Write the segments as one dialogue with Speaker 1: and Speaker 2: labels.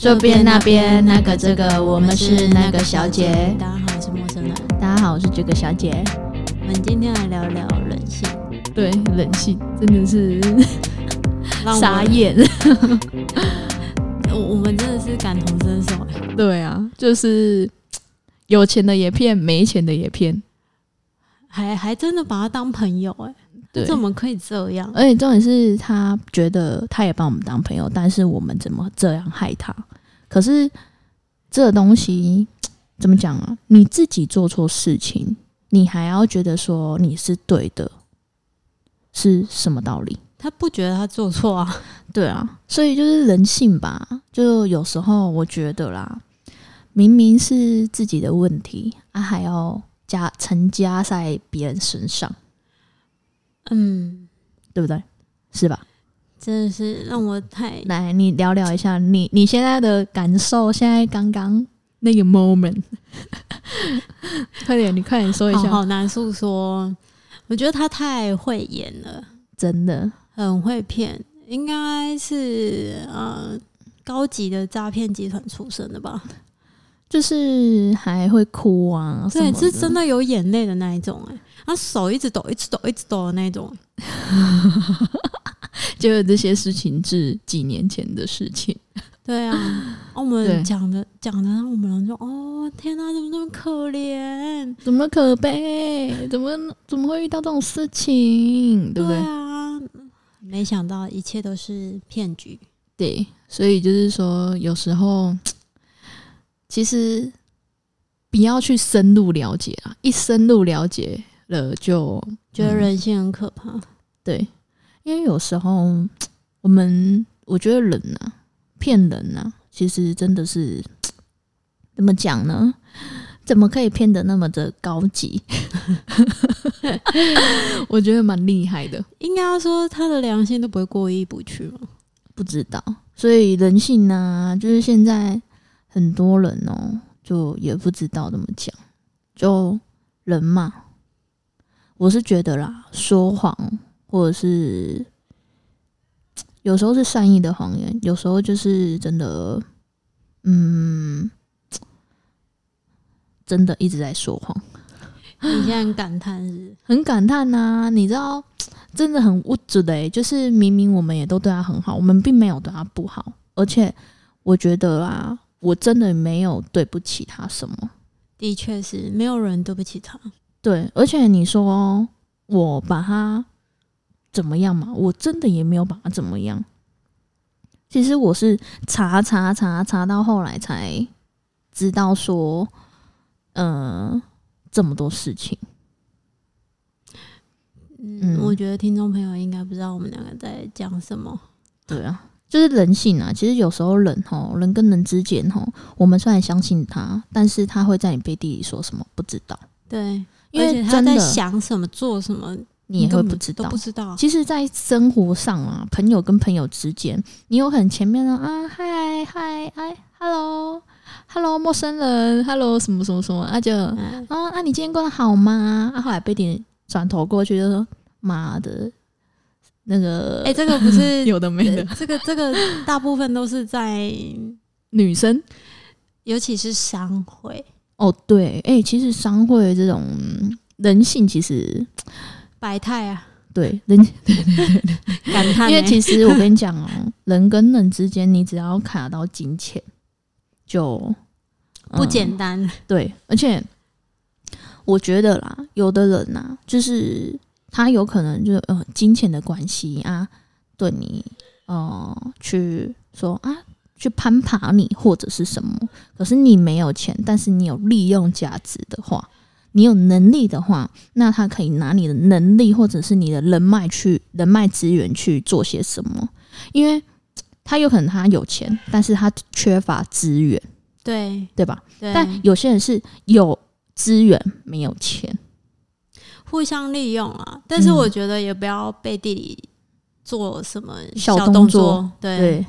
Speaker 1: 这边那边那个这个，我们是那个小姐。
Speaker 2: 大家好，我是陌生人。
Speaker 1: 大家好，我是这个小姐。
Speaker 2: 我们今天来聊聊人性，
Speaker 1: 对，冷性真的是
Speaker 2: 让我
Speaker 1: 傻眼。
Speaker 2: 我我们真的是感同身受哎、
Speaker 1: 对啊，就是有钱的也骗，没钱的也骗。
Speaker 2: 还还真的把他当朋友哎、
Speaker 1: 对，
Speaker 2: 怎么可以这样？
Speaker 1: 而且重点是他觉得他也把我们当朋友，但是我们怎么这样害他？可是这个东西怎么讲啊？你自己做错事情，你还要觉得说你是对的，是什么道理？
Speaker 2: 他不觉得他做错啊？
Speaker 1: 对啊，所以就是人性吧。就有时候我觉得啦，明明是自己的问题，啊，还要加成加在别人身上，
Speaker 2: 嗯，
Speaker 1: 对不对？是吧？
Speaker 2: 真的是让我太
Speaker 1: 来，你聊聊一下你你现在的感受，现在刚刚那个 moment，快点，你快点说一
Speaker 2: 好
Speaker 1: 下，
Speaker 2: 好难诉说。我觉得他太会演了，
Speaker 1: 真的，
Speaker 2: 很会骗，应该是嗯高级的诈骗集团出身的吧？
Speaker 1: 就是还会哭啊，什
Speaker 2: 对，
Speaker 1: 么
Speaker 2: 是真
Speaker 1: 的，
Speaker 2: 的有眼泪的那一种哎、他手一直抖，一直抖，一直抖的那一种。
Speaker 1: 就是这些事情是几年前的事情，
Speaker 2: 对 啊，啊我
Speaker 1: 对
Speaker 2: 们讲的讲的，让我们人就哦，天哪、怎么那么可怜？
Speaker 1: 怎么可悲？怎么怎么会遇到这种事情？对不对？
Speaker 2: 啊，没想到一切都是骗局。
Speaker 1: 对，所以就是说，有时候其实不要去深入了解啊，一深入了解了就
Speaker 2: 觉得
Speaker 1: 嗯
Speaker 2: 人性很可怕，
Speaker 1: 对，因为有时候我们我觉得人呐、骗人呐、其实真的是怎么讲呢？怎么可以骗得那么的高级？ 我觉得蛮厉害的，
Speaker 2: 应该要说他的良心都不会过意不去嘛。
Speaker 1: 不知道。所以人性呢、就是现在很多人哦，就也不知道怎么讲，就人嘛，我是觉得啦，说谎或者是有时候是善意的谎言，有时候就是真的，嗯，真的一直在说谎，
Speaker 2: 你现在很感叹是
Speaker 1: 很感叹呐、你知道，真的很物质的、欸，就是明明我们也都对他很好，我们并没有对他不好，而且我觉得啊，我真的没有对不起他什么。
Speaker 2: 的确是没有人对不起他，
Speaker 1: 对，而且你说我把他怎么样嘛？我真的也没有把他怎么样。其实我是查查查查到后来才知道说，呃，这么多事情。
Speaker 2: 嗯，
Speaker 1: 嗯
Speaker 2: 我觉得听众朋友应该不知道我们两个在讲什么。
Speaker 1: 对啊，就是人性啊。其实有时候人吼，人跟人之间吼，我们虽然相信他，但是他会在你背地里说什么不知道，
Speaker 2: 对，
Speaker 1: 因
Speaker 2: 而
Speaker 1: 为
Speaker 2: 且他
Speaker 1: 真的
Speaker 2: 在想什么、做什么，
Speaker 1: 你也
Speaker 2: 根
Speaker 1: 会
Speaker 2: 本
Speaker 1: 不知
Speaker 2: 都
Speaker 1: 道
Speaker 2: 不。知道。
Speaker 1: 其实，在生活上啊，朋友跟朋友之间，你有很前面的啊，嗨嗨哎，hello，hello，陌生人，hello 什么什么什么，啊就啊，
Speaker 2: 嗯
Speaker 1: 那、你今天过得好吗？啊，后来被点转头过去就说，妈的，那个
Speaker 2: 哎、这个不 是
Speaker 1: 有的没的，
Speaker 2: 这个这个大部分都是在，
Speaker 1: 女生
Speaker 2: 尤其是商会
Speaker 1: 哦，对，哎、其实商会这种嗯人性，其实
Speaker 2: 百态啊，
Speaker 1: 对人
Speaker 2: 感叹欸、
Speaker 1: 因为其实我跟你讲哦、人跟人之间，你只要卡到金钱，就、
Speaker 2: 不
Speaker 1: 简
Speaker 2: 简单，
Speaker 1: 对，而且我觉得啦，有的人呐、就是他有可能就是呃金钱的关系啊，对你呃去说啊，去攀爬你或者是什么，可是你没有钱，但是你有利用价值的话。你有能力的话，那他可以拿你的能力或者是你的人脉去人脉资源去做些什么？因为他有可能他有钱，但是他缺乏资源，
Speaker 2: 对
Speaker 1: 对吧？
Speaker 2: 对，
Speaker 1: 但有些人是有资源没有钱，
Speaker 2: 互相利用啊。但是
Speaker 1: 嗯
Speaker 2: 我觉得也不要背地里做什么
Speaker 1: 小
Speaker 2: 动
Speaker 1: 动作
Speaker 2: 作，对，
Speaker 1: 对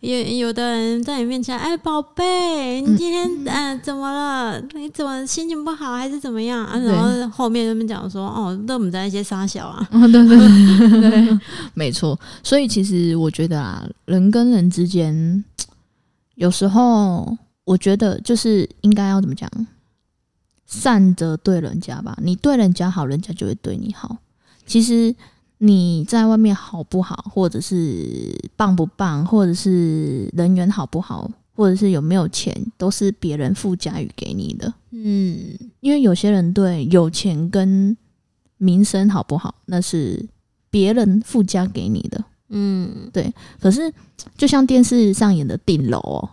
Speaker 2: 有有的人在你面前，哎，宝贝，
Speaker 1: 嗯
Speaker 2: 你今天嗯、呃怎么了？你怎么心情不好，还是怎么样啊？
Speaker 1: 对
Speaker 2: 然后后面他们讲说，哦，那我们在一些傻小啊，
Speaker 1: 嗯，对对对 对，没错。所以其实我觉得啊，人跟人之间有时候我觉得就是应该要怎么讲，善着对人家吧。你对人家好，人家就会对你好。其实你在外面好不好，或者是棒不棒，或者是人缘好不好，或者是有没有钱，都是别人附加于给你的。
Speaker 2: 嗯，
Speaker 1: 因为有些人对有钱跟名声好不好，那是别人附加给你的。
Speaker 2: 嗯，
Speaker 1: 可是就像电视上演的顶楼哦，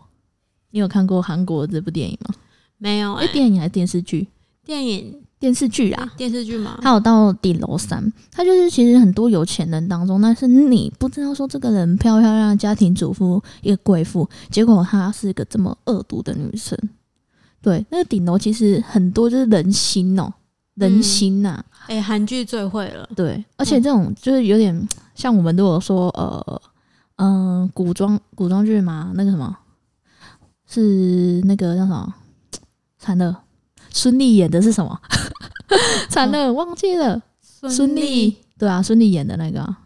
Speaker 1: 你有看过韩国这部电影吗？
Speaker 2: 没有
Speaker 1: 哎、
Speaker 2: 哎、
Speaker 1: 电影还是电视剧？
Speaker 2: 电影、
Speaker 1: 电视剧啦，
Speaker 2: 电视剧吗？
Speaker 1: 还有到顶楼三，他就是其实很多有钱人当中，但是你不知道说这个人漂漂亮亮，家庭主妇，一个贵妇，结果她是一个这么恶毒的女生。对，那个顶楼其实很多就是人心哦、人心啊呐、
Speaker 2: 哎、韩剧最会了，
Speaker 1: 对，而
Speaker 2: 嗯
Speaker 1: 且这种就是有点像我们如果说呃嗯、呃古装古装剧嘛，那个什么是那个叫什么？惨了，孙俪演的是什么？ 惨了，
Speaker 2: 嗯
Speaker 1: 忘记了。孙俪，对啊，孙俪演的那个啊，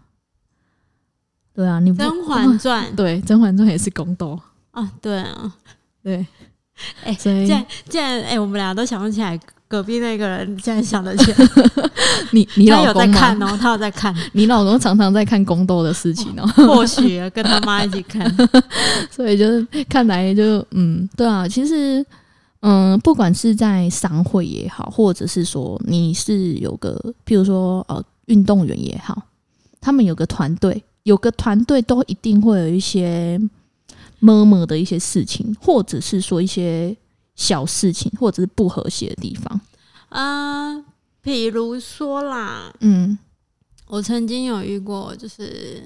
Speaker 1: 对啊，你
Speaker 2: 《
Speaker 1: 不
Speaker 2: 甄嬛传》
Speaker 1: 对《甄嬛传》也是宫斗，
Speaker 2: 啊，对啊，
Speaker 1: 对，
Speaker 2: 哎
Speaker 1: 所以
Speaker 2: 竟然竟然哎、我们俩都想不起来，隔壁那个人竟然想得起来，
Speaker 1: 你 你
Speaker 2: 他
Speaker 1: 老
Speaker 2: 有在
Speaker 1: 公吗
Speaker 2: 看哦，他有 在看，
Speaker 1: 你老公常常在看宫斗的事情哦，
Speaker 2: 或许啊跟他妈一起看，
Speaker 1: 所以就是看来就嗯，对啊，其实嗯，不管是在商会也好，或者是说你是有个，譬如说呃，运动员也好，他们有个团队，有个团队都一定会有一些嗯么么的一些事情，或者是说一些小事情，或者是不和谐的地方。
Speaker 2: 啊、比如说啦，
Speaker 1: 嗯
Speaker 2: 我曾经有遇过，就是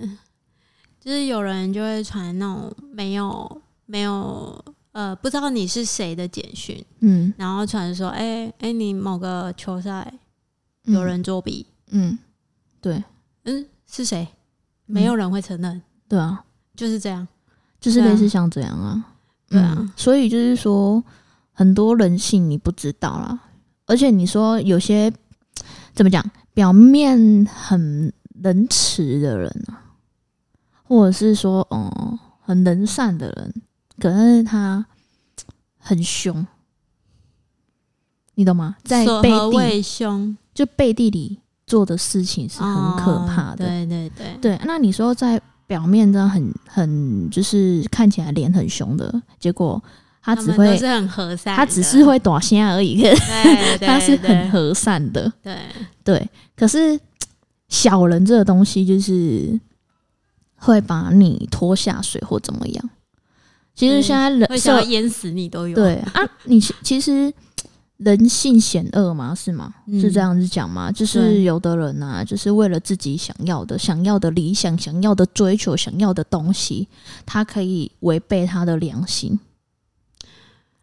Speaker 2: 就是有人就会传那种没有没有呃不知道你是谁的简讯，
Speaker 1: 嗯，
Speaker 2: 然后传说哎哎、你某个球赛
Speaker 1: 嗯
Speaker 2: 有人作弊，
Speaker 1: 嗯，
Speaker 2: 嗯是谁？没有人会承认，
Speaker 1: 对啊，
Speaker 2: 就是这样。
Speaker 1: 就是类似像这样啊，
Speaker 2: 对啊
Speaker 1: 嗯所以就是说，很多人性你不知道啦，而且你说有些怎么讲，表面很仁慈的人啊，或者是说哦、呃很仁善的人，可是他很凶，你懂吗？在
Speaker 2: 所
Speaker 1: 背
Speaker 2: 何
Speaker 1: 地
Speaker 2: 为凶？
Speaker 1: 就背地里做的事情是很可怕的，
Speaker 2: 哦对对对，
Speaker 1: 对，那你说在表面这样很很就是看起来脸很凶的，结果他只
Speaker 2: 们都
Speaker 1: 会
Speaker 2: 是很和善的，
Speaker 1: 他只是会躲先而已，可是
Speaker 2: 对，对
Speaker 1: 他是很
Speaker 2: 对
Speaker 1: 和善的，
Speaker 2: 对，
Speaker 1: 对。可是小人这个东西就是会把你拖下水或怎么样。其实
Speaker 2: 嗯
Speaker 1: 现在人
Speaker 2: 会想要
Speaker 1: 社
Speaker 2: 淹死你都有。
Speaker 1: 对啊，你其其实人性险恶嘛，是吗？
Speaker 2: 嗯
Speaker 1: 是这样子讲吗？就是
Speaker 2: 对
Speaker 1: 有的人啊，就是为了自己想要的、想要的理想、想要的追求、想要的东西，他可以违背他的良心，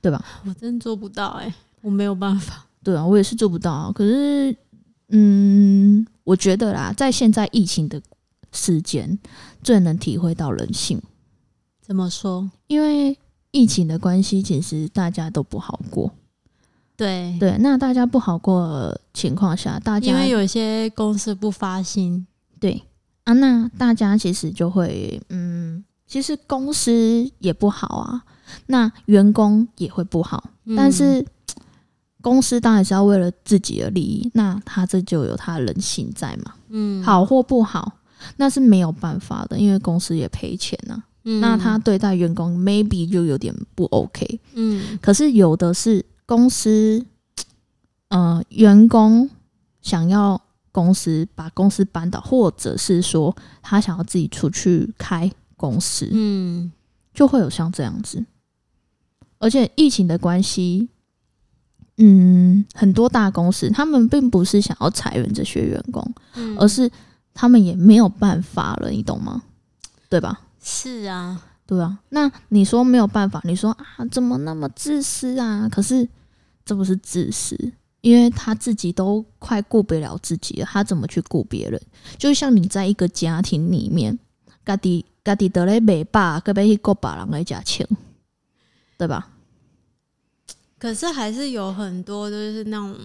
Speaker 1: 对吧？
Speaker 2: 我真做不到哎、我没有办法。
Speaker 1: 对啊，我也是做不到啊。可是，嗯，我觉得啦，在现在疫情的时间，最能体会到人性，
Speaker 2: 怎么说？
Speaker 1: 因为疫情的关系，其实大家都不好过。
Speaker 2: 对，
Speaker 1: 对，那大家不好过的情况下，大家
Speaker 2: 因为有些公司不发薪，
Speaker 1: 对啊，那大家其实就会嗯，其实公司也不好啊，那员工也会不好，
Speaker 2: 嗯
Speaker 1: 但是。公司当然是要为了自己的利益，那他这就有他的人性在嘛，
Speaker 2: 嗯，
Speaker 1: 好或不好，那是没有办法的，因为公司也赔钱啊。
Speaker 2: 嗯，
Speaker 1: 那他对待员工 maybe 就有点不 OK，
Speaker 2: 嗯
Speaker 1: 可是有的是公司，呃，员工想要公司把公司扳倒，或者是说他想要自己出去开公司，
Speaker 2: 嗯
Speaker 1: 就会有像这样子。而且疫情的关系，嗯，很多大公司他们并不是想要裁员这些员工，
Speaker 2: 嗯，
Speaker 1: 而是他们也没有办法了，你懂吗？对吧？
Speaker 2: 是啊，
Speaker 1: 对啊，那你说没有办法，你说啊，怎么那么自私啊？可是这不是自私，因为他自己都快顾不了自己了，他怎么去顾别人？就像你在一个家庭里面，家己家己得咧袂饱，个要去顾别人来家钱，对吧？
Speaker 2: 可是还是有很多就是那种。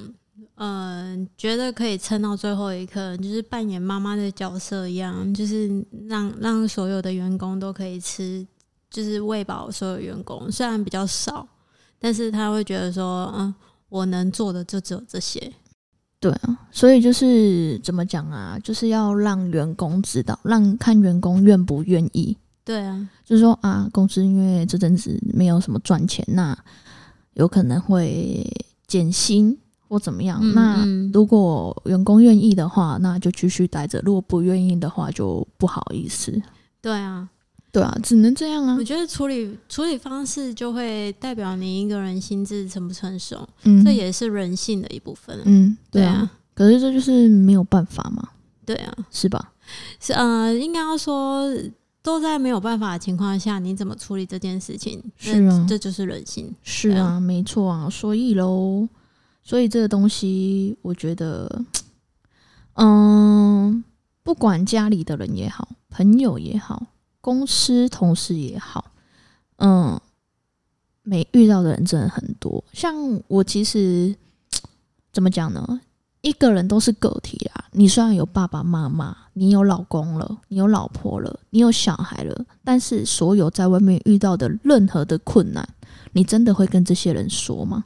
Speaker 2: 嗯、觉得可以撑到最后一刻，就是扮演妈妈的角色一样，就是让让所有的员工都可以吃就是喂饱所有员工，虽然比较少，但是他会觉得说，嗯，我能做的就只有这些。
Speaker 1: 对啊，所以就是怎么讲啊，就是要让员工知道，让看员工愿不愿意。
Speaker 2: 对啊，
Speaker 1: 就是说啊，公司因为这阵子没有什么赚钱，那有可能会减薪或怎么样。
Speaker 2: 嗯
Speaker 1: 那
Speaker 2: 嗯
Speaker 1: 如果员工愿意的话，那就继续待着；如果不愿意的话，就不好意思。
Speaker 2: 对啊，
Speaker 1: 对啊，只能这样啊
Speaker 2: 我。觉得处理处理方式就会代表你一个人心智成不成熟，
Speaker 1: 嗯，
Speaker 2: 这也是人性的一部分啊。
Speaker 1: 嗯，对
Speaker 2: 对
Speaker 1: 啊。
Speaker 2: 啊，
Speaker 1: 可是这就是没有办法嘛，
Speaker 2: 对啊，
Speaker 1: 是吧？
Speaker 2: 是呃，应该要说都在没有办法的情况下，你怎么处理这件事情？这
Speaker 1: 是啊
Speaker 2: 这就是人性。
Speaker 1: 是
Speaker 2: 对
Speaker 1: 啊，
Speaker 2: 啊
Speaker 1: 没错啊。所以喽，所以这个东西，我觉得，嗯，不管家里的人也好，朋友也好，公司同事也好，嗯，没遇到的人真的很多。像我其实怎么讲呢？一个人都是个体啦。你虽然有爸爸妈妈，你有老公了，你有老婆了，你有小孩了，但是所有在外面遇到的任何的困难，你真的会跟这些人说吗？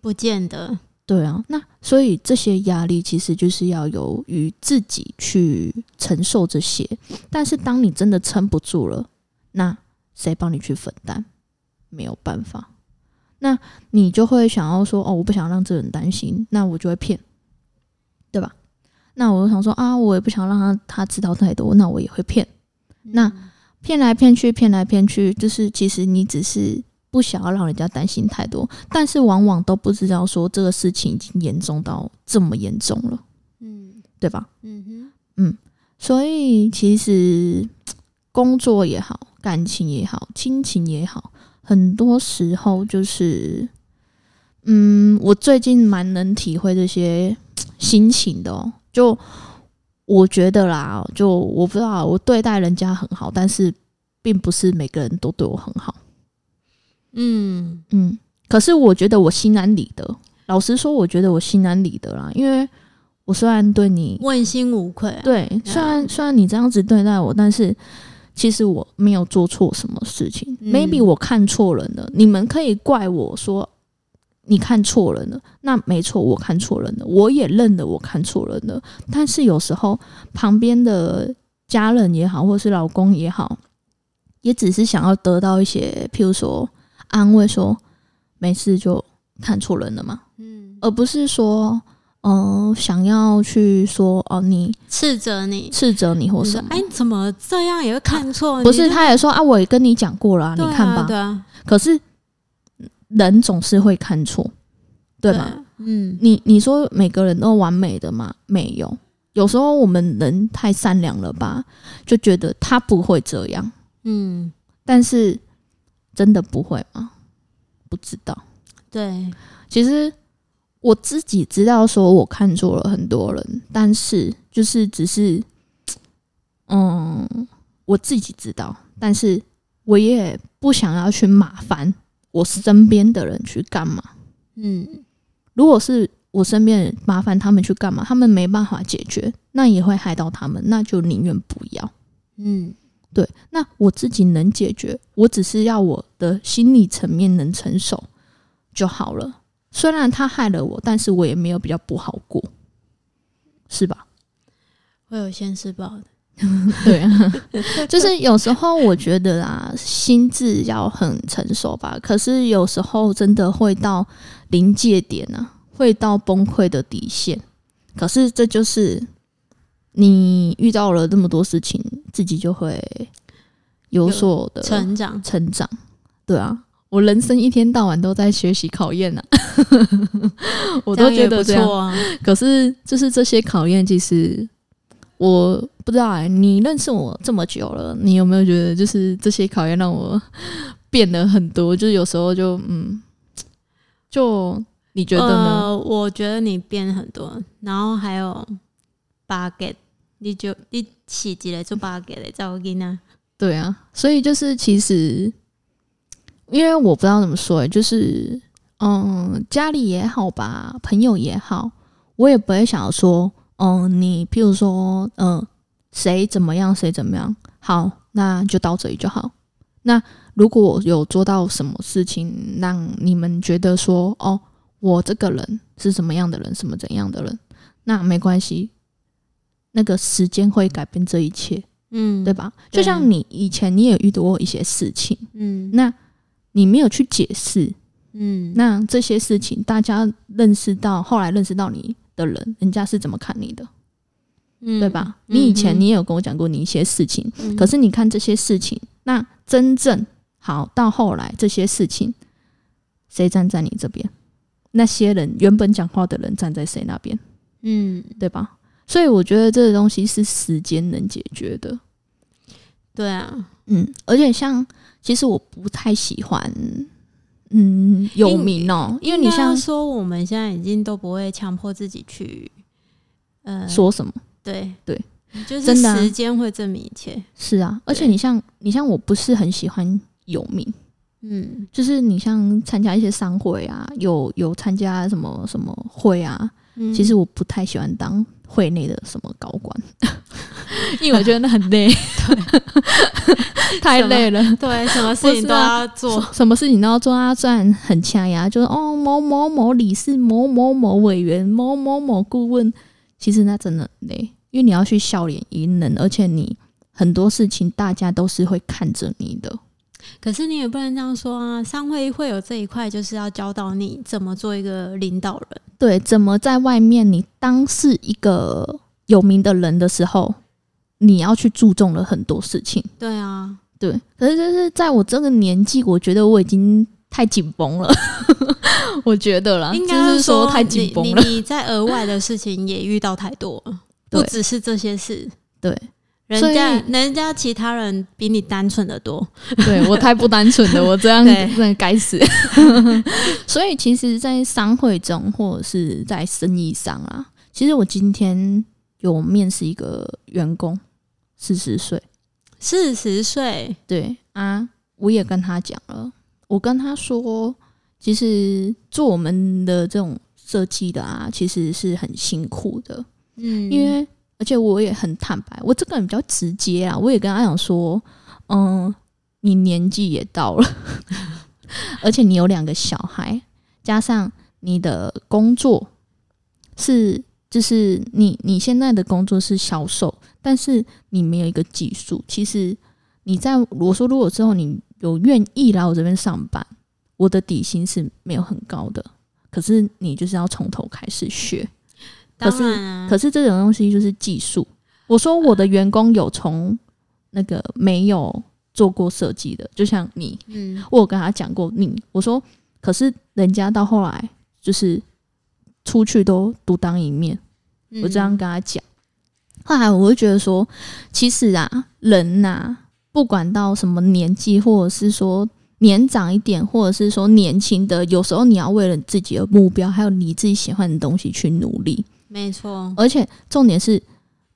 Speaker 2: 不见得，
Speaker 1: 对啊，那所以这些压力其实就是要由于自己去承受这些，但是当你真的撑不住了，那谁帮你去分担？没有办法，那你就会想要说哦，我不想让这个人担心，那我就会骗，对吧？那我就想说啊，我也不想让他他知道太多，那我也会骗，那
Speaker 2: 嗯
Speaker 1: 骗来骗去，骗来骗去，就是其实你只是不想要让人家担心太多，但是往往都不知道说这个事情已经严重到这么严重了，
Speaker 2: 嗯
Speaker 1: 对吧？
Speaker 2: 嗯哼，
Speaker 1: 所以其实工作也好，感情也好，亲情也好，很多时候就是，嗯，我最近蛮能体会这些心情的哦。就我觉得啦，就我不知道，我对待人家很好，但是并不是每个人都对我很好。
Speaker 2: 嗯
Speaker 1: 嗯，可是我觉得我心安理得。老实说，我觉得我心安理得啦，因为我虽然对你
Speaker 2: 问心无愧、啊。
Speaker 1: 对，虽然虽然你这样子对待我，但是其实我没有做错什么事情。
Speaker 2: 嗯
Speaker 1: Maybe 我看错人了，你们可以怪我说你看错人了。那没错，我看错人了，我也认了我看错人了。但是有时候旁边的家人也好，或是老公也好，也只是想要得到一些，譬如说安慰说，没事就看错人了嘛，
Speaker 2: 嗯，
Speaker 1: 而不是说。嗯、想要去说哦，你
Speaker 2: 斥责你，
Speaker 1: 斥责你或
Speaker 2: 你
Speaker 1: 什
Speaker 2: 说
Speaker 1: 么。
Speaker 2: 哎，怎么这样也会看错？
Speaker 1: 嗯不
Speaker 2: 你
Speaker 1: 是，
Speaker 2: 这
Speaker 1: 他也说啊，我也跟你讲过了、啊，你
Speaker 2: 对啊
Speaker 1: 看吧。
Speaker 2: 对啊，
Speaker 1: 可是人总是会看错，对吧？
Speaker 2: 啊？嗯，
Speaker 1: 你你说每个人都完美的吗？没有，有时候我们人太善良了吧，就觉得他不会这样，
Speaker 2: 嗯，
Speaker 1: 但是真的不会吗？不知道。
Speaker 2: 对，
Speaker 1: 其实我自己知道，说我看错了很多人，但是就是只是，嗯，我自己知道，但是我也不想要去麻烦我身边的人去干嘛。
Speaker 2: 嗯，
Speaker 1: 如果是我身边人麻烦他们去干嘛，他们没办法解决，那也会害到他们，那就宁愿不要。
Speaker 2: 嗯，
Speaker 1: 对，那我自己能解决，我只是要我的心理层面能承受就好了。虽然他害了我，但是我也没有比较不好过，是吧？
Speaker 2: 会有现世报的。
Speaker 1: 对啊，就是有时候我觉得啦，心智要很成熟吧，可是有时候真的会到临界点啊，会到崩溃的底线。可是这就是你遇到了这么多事情，自己就会有
Speaker 2: 有
Speaker 1: 所的
Speaker 2: 成长，
Speaker 1: 成长。对啊，我人生一天到晚都在学习考验呢、啊， 我都
Speaker 2: 这样
Speaker 1: 觉
Speaker 2: 也
Speaker 1: 得
Speaker 2: 不
Speaker 1: 这样。
Speaker 2: 错啊。
Speaker 1: 可是就是这些考验，其实我不知道哎、你认识我这么久了，你有没有觉得就是这些考验让我变了很多？就是有时候就嗯，就你觉得呢？
Speaker 2: 呃，我觉得你变很多，然后还有 bug，你就你起级来做 bug 的照囡啊。
Speaker 1: 对啊，所以就是其实，因为我不知道怎么说、欸，就是嗯，家里也好吧，朋友也好，我也不会想要说，嗯，你譬如说，呃嗯，谁怎么样，谁怎么样，好，那就到这里就好。那如果我有做到什么事情让你们觉得说，哦，我这个人是什么样的人，什么怎样的人，那没关系，那个时间会改变这一切，
Speaker 2: 嗯，
Speaker 1: 对吧？就像你以前你也遇到过一些事情，
Speaker 2: 嗯，
Speaker 1: 那你没有去解释，
Speaker 2: 嗯，
Speaker 1: 那这些事情大家认识到，后来认识到你的人，人家是怎么看你的，
Speaker 2: 嗯
Speaker 1: 对吧？
Speaker 2: 嗯
Speaker 1: 你以前你也有跟我讲过你一些事情，
Speaker 2: 嗯
Speaker 1: 可是你看这些事情，那真正好到后来这些事情，谁站在你这边？那些人原本讲话的人站在谁那边，
Speaker 2: 嗯，
Speaker 1: 对吧？所以我觉得这个东西是时间能解决的，
Speaker 2: 对啊，
Speaker 1: 嗯，而且像其实我不太喜欢，嗯，有名哦、因为你
Speaker 2: 应该要
Speaker 1: 像
Speaker 2: 说我们现在已经都不会强迫自己去，呃，
Speaker 1: 说什么。
Speaker 2: 对
Speaker 1: 对，
Speaker 2: 就是
Speaker 1: 真的啊
Speaker 2: 时间会证明一切。
Speaker 1: 是啊，而且
Speaker 2: 对
Speaker 1: 你像你像我不是很喜欢游民，
Speaker 2: 嗯
Speaker 1: 就是你像参加一些商会啊，有有参加什么什么会啊，
Speaker 2: 嗯，
Speaker 1: 其实我不太喜欢当会内的什么高管， 因为我觉得那很累， 太累了。
Speaker 2: 对什么事情都要做，
Speaker 1: 什什么事情都要做啊，虽然很掐牙，就是哦某某某理事、某某某委员、某某某顾问，其实那真的很累，因为你要去笑脸迎人，而且你很多事情大家都是会看着你的。
Speaker 2: 可是你也不能这样说啊。商会会有这一块，就是要教导你怎么做一个领导人。
Speaker 1: 对，怎么在外面你当是一个有名的人的时候，你要去注重了很多事情。
Speaker 2: 对啊，
Speaker 1: 对，可是就是在我这个年纪，我觉得我已经太紧绷了， 我觉得啦，
Speaker 2: 应
Speaker 1: 啊就
Speaker 2: 该
Speaker 1: 是
Speaker 2: 说
Speaker 1: 太紧绷
Speaker 2: 你
Speaker 1: 了。
Speaker 2: 你你在额外的事情也遇到太 多了，
Speaker 1: 对
Speaker 2: 不只是这些事。
Speaker 1: 对，
Speaker 2: 人
Speaker 1: 所以
Speaker 2: 家人家其他人比你单纯的多。
Speaker 1: 对我太不单纯了，我这样
Speaker 2: 对
Speaker 1: 真的该死。所以其实，在商会中或者是在生意上啊，其实我今天有面试一个员工，四十岁，
Speaker 2: 四十岁，
Speaker 1: 对啊，我也跟他讲了，我跟他说，其实做我们的这种设计的啊，其实是很辛苦的，
Speaker 2: 嗯，
Speaker 1: 因为而且我也很坦白，我这个人比较直接啊，我也跟他讲说，嗯，你年纪也到了， 而且你有两个小孩，加上你的工作是就是你你现在的工作是销售，但是你没有一个技术，其实你在我说如果之后你有愿意来我这边上班，我的底薪是没有很高的。可是你就是要从头开始学，可
Speaker 2: 当
Speaker 1: 是
Speaker 2: 然啊，
Speaker 1: 可是这种东西就是技术。我说我的员工有从那个没有做过设计的，就像你，
Speaker 2: 嗯，
Speaker 1: 我有跟他讲过你，我说可是人家到后来就是出去都独当一面，
Speaker 2: 嗯
Speaker 1: 我这样跟他讲。后来我会觉得说，其实啊，人呐、不管到什么年纪，或者是说年长一点，或者是说年轻的，有时候你要为了自己的目标，还有你自己喜欢的东西去努力。
Speaker 2: 嗯，没错，
Speaker 1: 而且重点是，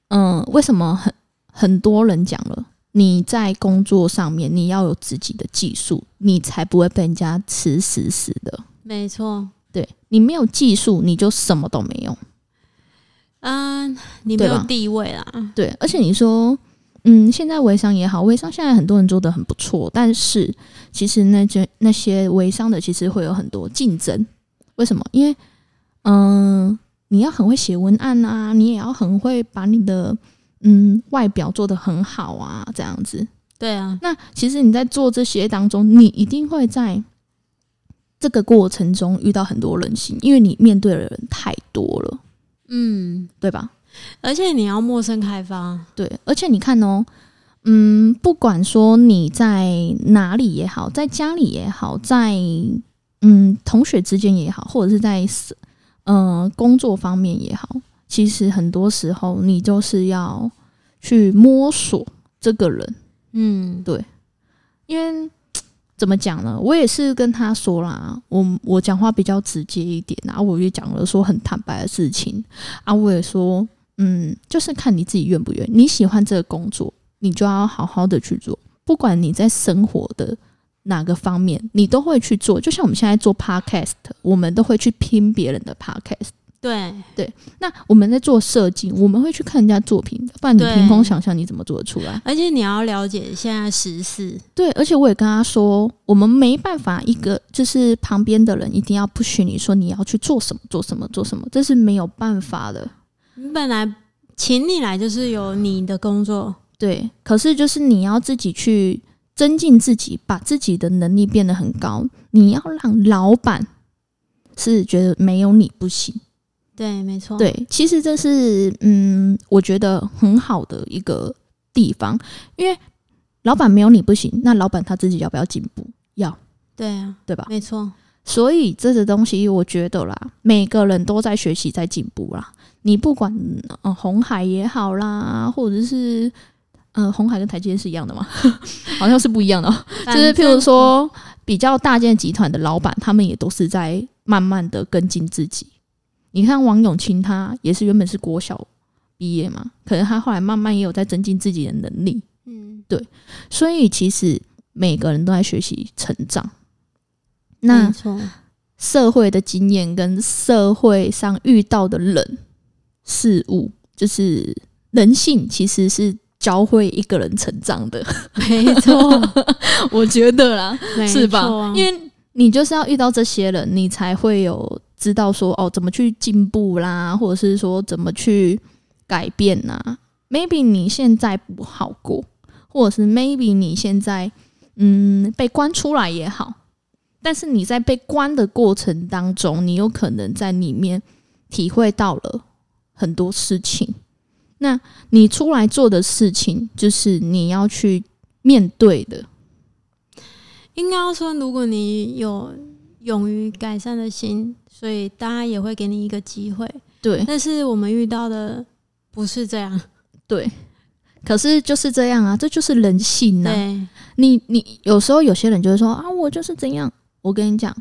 Speaker 1: 嗯，为什么很很多人讲了，你在工作上面你要有自己的技术，你才不会被人家吃死死的。
Speaker 2: 没错，
Speaker 1: 对你没有技术，你就什么都没有。
Speaker 2: 嗯，你没
Speaker 1: 对
Speaker 2: 有
Speaker 1: 吧
Speaker 2: 地位啦，
Speaker 1: 对，而且你说，嗯，现在微商也好，微商现在很多人做的很不错，但是其实那些那些微商的其实会有很多竞争。为什么？因为，嗯、你要很会写文案啊，你也要很会把你的嗯外表做得很好啊，这样子。
Speaker 2: 对啊，
Speaker 1: 那其实你在做这些当中，你一定会在这个过程中遇到很多人心，因为你面对的人太多了，
Speaker 2: 嗯，
Speaker 1: 对吧？
Speaker 2: 而且你要陌生开发，
Speaker 1: 对，而且你看哦，嗯，不管说你在哪里也好，在家里也好，在嗯同学之间也好，或者是在呃工作方面也好，其实很多时候你就是要去摸索这个人，
Speaker 2: 嗯，
Speaker 1: 因为怎么讲呢？我也是跟他说啦，我我讲话比较直接一点，然后我也讲了说很坦白的事情啊，我也说，嗯，就是看你自己愿不愿意，你喜欢这个工作，你就要好好的去做，不管你在生活的。哪个方面你都会去做，就像我们现在做 podcast，我们都会去听别人的 podcast，
Speaker 2: 对
Speaker 1: 那我们在做设计，我们会去看人家作品，不然你
Speaker 2: 对
Speaker 1: 凭空想象你怎么做得出来？
Speaker 2: 而且你要了解现在时事，
Speaker 1: 对，而且我也跟他说，我们没办法，一个就是旁边的人一定要不许你说你要去做什么做什么做什么，这是没有办法的。
Speaker 2: 你本来请你来就是有你的工作，
Speaker 1: 对，可是就是你要自己去增进自己，把自己的能力变得很高，你要让老板是觉得没有你不行。
Speaker 2: 对，没错，，
Speaker 1: 对，其实这是嗯，我觉得很好的一个地方，因为老板没有你不行，那老板他自己要不要进步？要，
Speaker 2: 对啊，
Speaker 1: 对吧？
Speaker 2: 没错，
Speaker 1: 所以这个东西，我觉得啦，每个人都在学习，在进步啦。你不管呃红海也好啦，或者是呃红海跟台积电是一样的吗？ 好像是不一样的哦、就是譬如说比较大件集团的老板，他们也都是在慢慢的跟进自己。你看王永庆，他也是原本是国小毕业嘛，可能他后来慢慢也有在增进自己的能力。
Speaker 2: 反正，嗯，
Speaker 1: 所以其实每个人都在学习成长。那
Speaker 2: 没错，
Speaker 1: 社会的经验跟社会上遇到的人事物，就是人性，其实是教会一个人成长的。
Speaker 2: 没错，
Speaker 1: 哦我觉得啦，
Speaker 2: 没
Speaker 1: 是吧
Speaker 2: 错啊？
Speaker 1: 因为你就是要遇到这些人，你才会有知道说哦，怎么去进步啦，或者是说怎么去改变呐、Maybe 你现在不好过，或者是 Maybe 你现在嗯被关出来也好，但是你在被关的过程当中，你有可能在里面体会到了很多事情。那你出来做的事情，就是你要去面对的，
Speaker 2: 应该要说，如果你有勇于改善的心，所以大家也会给你一个机会。
Speaker 1: 对。
Speaker 2: 但是我们遇到的不是这样，
Speaker 1: 对，可是就是这样啊，这就是人性呐、
Speaker 2: 对，
Speaker 1: 你你有时候有些人就会说啊，我就是怎样。我跟你讲，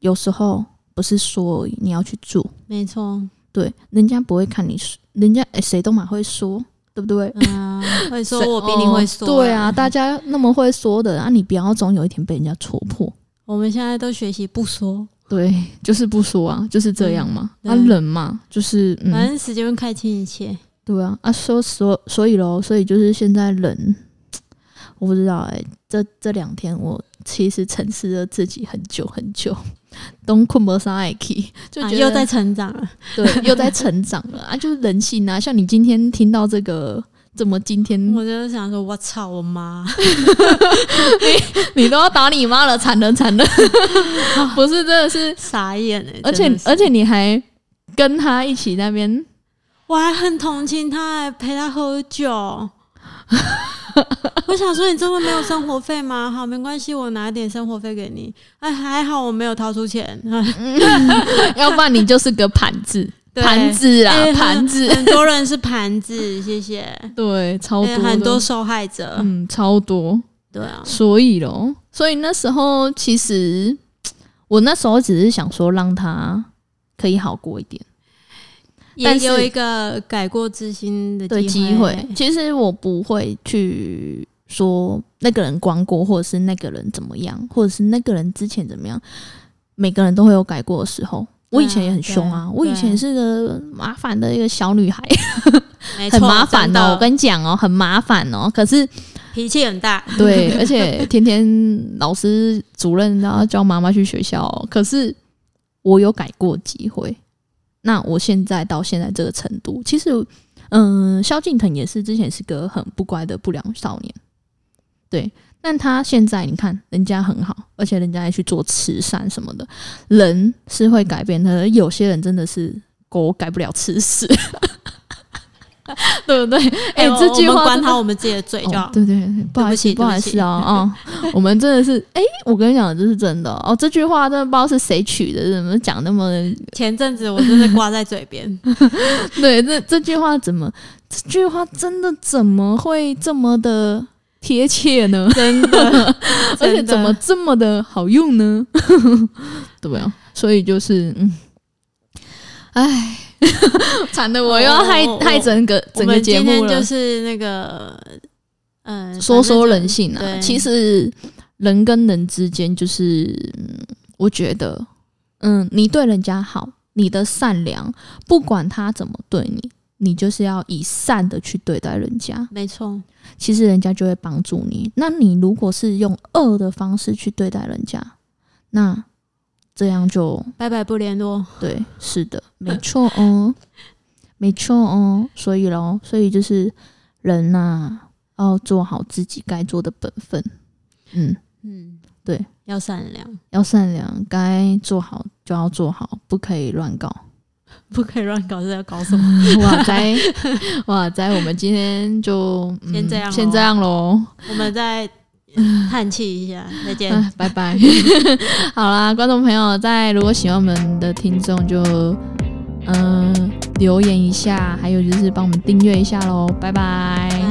Speaker 1: 有时候不是说而已，你要去做。
Speaker 2: 没错，
Speaker 1: 对，人家不会看你说，人家诶谁、都蛮会说，对不对？
Speaker 2: 嗯、会说
Speaker 1: 谁
Speaker 2: 我比你会说、
Speaker 1: 哦对啊，，大家那么会说的啊，你不要总有一天被人家戳破。
Speaker 2: 我们现在都学习不说，
Speaker 1: 对，就是不说啊，就是这样嘛。
Speaker 2: 嗯
Speaker 1: 啊，
Speaker 2: 对
Speaker 1: 人嘛，就是嗯，
Speaker 2: 反正时间会看清一切。
Speaker 1: 对啊，啊，说所所以咯，所以就是现在人，我不知道哎、这这两天我其实沉思了自己很久很久， 东困不上爱 k 就
Speaker 2: 啊、
Speaker 1: 觉得、
Speaker 2: 又在成长了，
Speaker 1: 对 又在成长了啊，就是人性啊，像你今天听到这个。怎么今天
Speaker 2: 我就想说，我操我妈！
Speaker 1: 你都要打你妈了？惨了惨了！ 不是，真的 是，
Speaker 2: 傻眼哎、欸！
Speaker 1: 而且
Speaker 2: 真的是
Speaker 1: 而且你还跟他一起那边
Speaker 2: 我还很同情他，还陪他喝酒。 我想说，你这么没有生活费吗？好，没关系，我拿一点生活费给你。哎，还好我没有掏出钱。
Speaker 1: 要不然你就是个盘子，
Speaker 2: 对
Speaker 1: 盘子啊
Speaker 2: 哎，
Speaker 1: 盘子，
Speaker 2: 很多人是盘子，谢谢。
Speaker 1: 对，超
Speaker 2: 哎
Speaker 1: 多的，
Speaker 2: 很多受害者，
Speaker 1: 嗯，超多。
Speaker 2: 对啊，
Speaker 1: 所以咯，所以那时候其实我那时候只是想说让他可以好过一点
Speaker 2: 也
Speaker 1: 但是
Speaker 2: 有一个改过自新的
Speaker 1: 的机会。其实我不会去说那个人光过，或者是那个人怎么样，或者是那个人之前怎么样。每个人都会有改过的时候。我以前也很凶啊，
Speaker 2: 对啊
Speaker 1: 我以前是个麻烦的一个小女孩，
Speaker 2: 没错
Speaker 1: 很麻烦
Speaker 2: 真
Speaker 1: 哦。
Speaker 2: 的
Speaker 1: 我跟你讲哦，很麻烦哦。可是
Speaker 2: 脾气很大，
Speaker 1: 对，而且天天老师、主任然后叫妈妈去学校，可是我有改过机会。那我现在到现在这个程度，其实，嗯，萧敬腾也是之前是个很不乖的不良少年，对。但他现在你看，人家很好，而且人家还去做慈善什么的，人是会改变的。有些人真的是狗改不了吃屎， 对不对？哎、
Speaker 2: 我
Speaker 1: 这句
Speaker 2: 我们
Speaker 1: 话
Speaker 2: 管
Speaker 1: 真的
Speaker 2: 好我们自己的嘴就好
Speaker 1: 哦。对对对，不好意思，
Speaker 2: 对不起
Speaker 1: 不好意思啊啊、 我们真的是，哎、我跟你讲，这是真的哦。这句话真的不知道是谁取的，怎么讲那 么
Speaker 2: 前阵子我真的挂在嘴 边，
Speaker 1: 对？这这句话怎么？这句话真的怎么会这么的贴切呢？，
Speaker 2: 真的
Speaker 1: 而且怎么这么的好用呢？ 对不、啊？所以就是，嗯，哎， 惨的我又要害、
Speaker 2: 哦我我
Speaker 1: 害整个
Speaker 2: 我
Speaker 1: 整个
Speaker 2: 们
Speaker 1: 节
Speaker 2: 今
Speaker 1: 目
Speaker 2: 天
Speaker 1: 了。
Speaker 2: 就是那个，嗯，
Speaker 1: 说说人性啊，
Speaker 2: 对
Speaker 1: 其实人跟人之间就是，嗯我觉得，嗯，你对人家好，你的善良，不管他怎么对你，你就是要以善的去对待人家，
Speaker 2: 没错，
Speaker 1: 其实人家就会帮助你。那你如果是用恶的方式去对待人家，那这样就
Speaker 2: 拜拜不联络，
Speaker 1: 对，是的，
Speaker 2: 嗯
Speaker 1: 没错哦，没错哦。所以咯，所以就是人呐、要做好自己该做的本分。嗯，
Speaker 2: 嗯，
Speaker 1: 对，
Speaker 2: 要善良，
Speaker 1: 要善良，该做好就要做好，不可以乱搞。
Speaker 2: 不可以乱搞，是要搞什么？
Speaker 1: 哇塞，哇塞，我们今天就、嗯
Speaker 2: 先这样咯哦
Speaker 1: 先这样喽。
Speaker 2: 我 们再叹气一下，再见。
Speaker 1: 哎 拜拜。好啦，观众朋友，在如果喜欢我们的听众就，呃嗯留言一下，还有就是帮我们订阅一下喽，拜拜。